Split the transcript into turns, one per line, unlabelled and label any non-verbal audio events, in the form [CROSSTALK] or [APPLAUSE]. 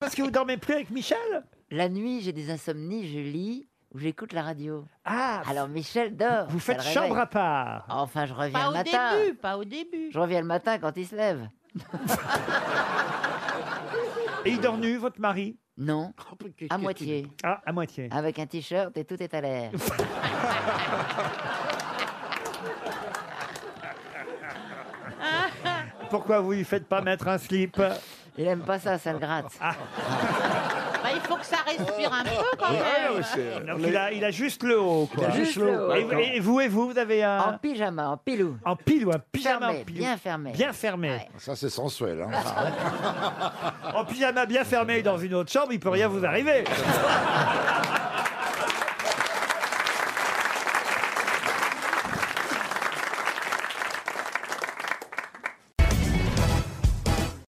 parce que vous dormez plus avec Michel
La nuit, j'ai des insomnies, je lis ou j'écoute la radio.
Ah,
Alors Michel dort.
vous
ça
faites
le
chambre
réveille.
à part.
Enfin, je reviens
Pas
le
au
matin.
début, pas au début.
Je reviens le matin quand il se lève.
Et il dort nu, votre mari
Non, à moitié,
Ah, à moitié.
avec un t-shirt et tout est
[LAUGHS]
à l'air.
Pourquoi vous lui faites pas mettre un slip
Il aime pas ça, ça le gratte.
Ah.
Bah, il faut que ça respire un peu quand
Ah,
même.
Donc, il, a, il a juste le haut, quoi.
Juste le haut.
Et, vous- et vous et vous, vous avez
En
un.
pyjama, en pilou.
En pile ou un pyjama
Fermé,
en pile
bien fermé.
Bien fermé.
Ça, c'est sensuel. Hein.
En pyjama bien fermé dans une autre chambre, il peut rien vous arriver.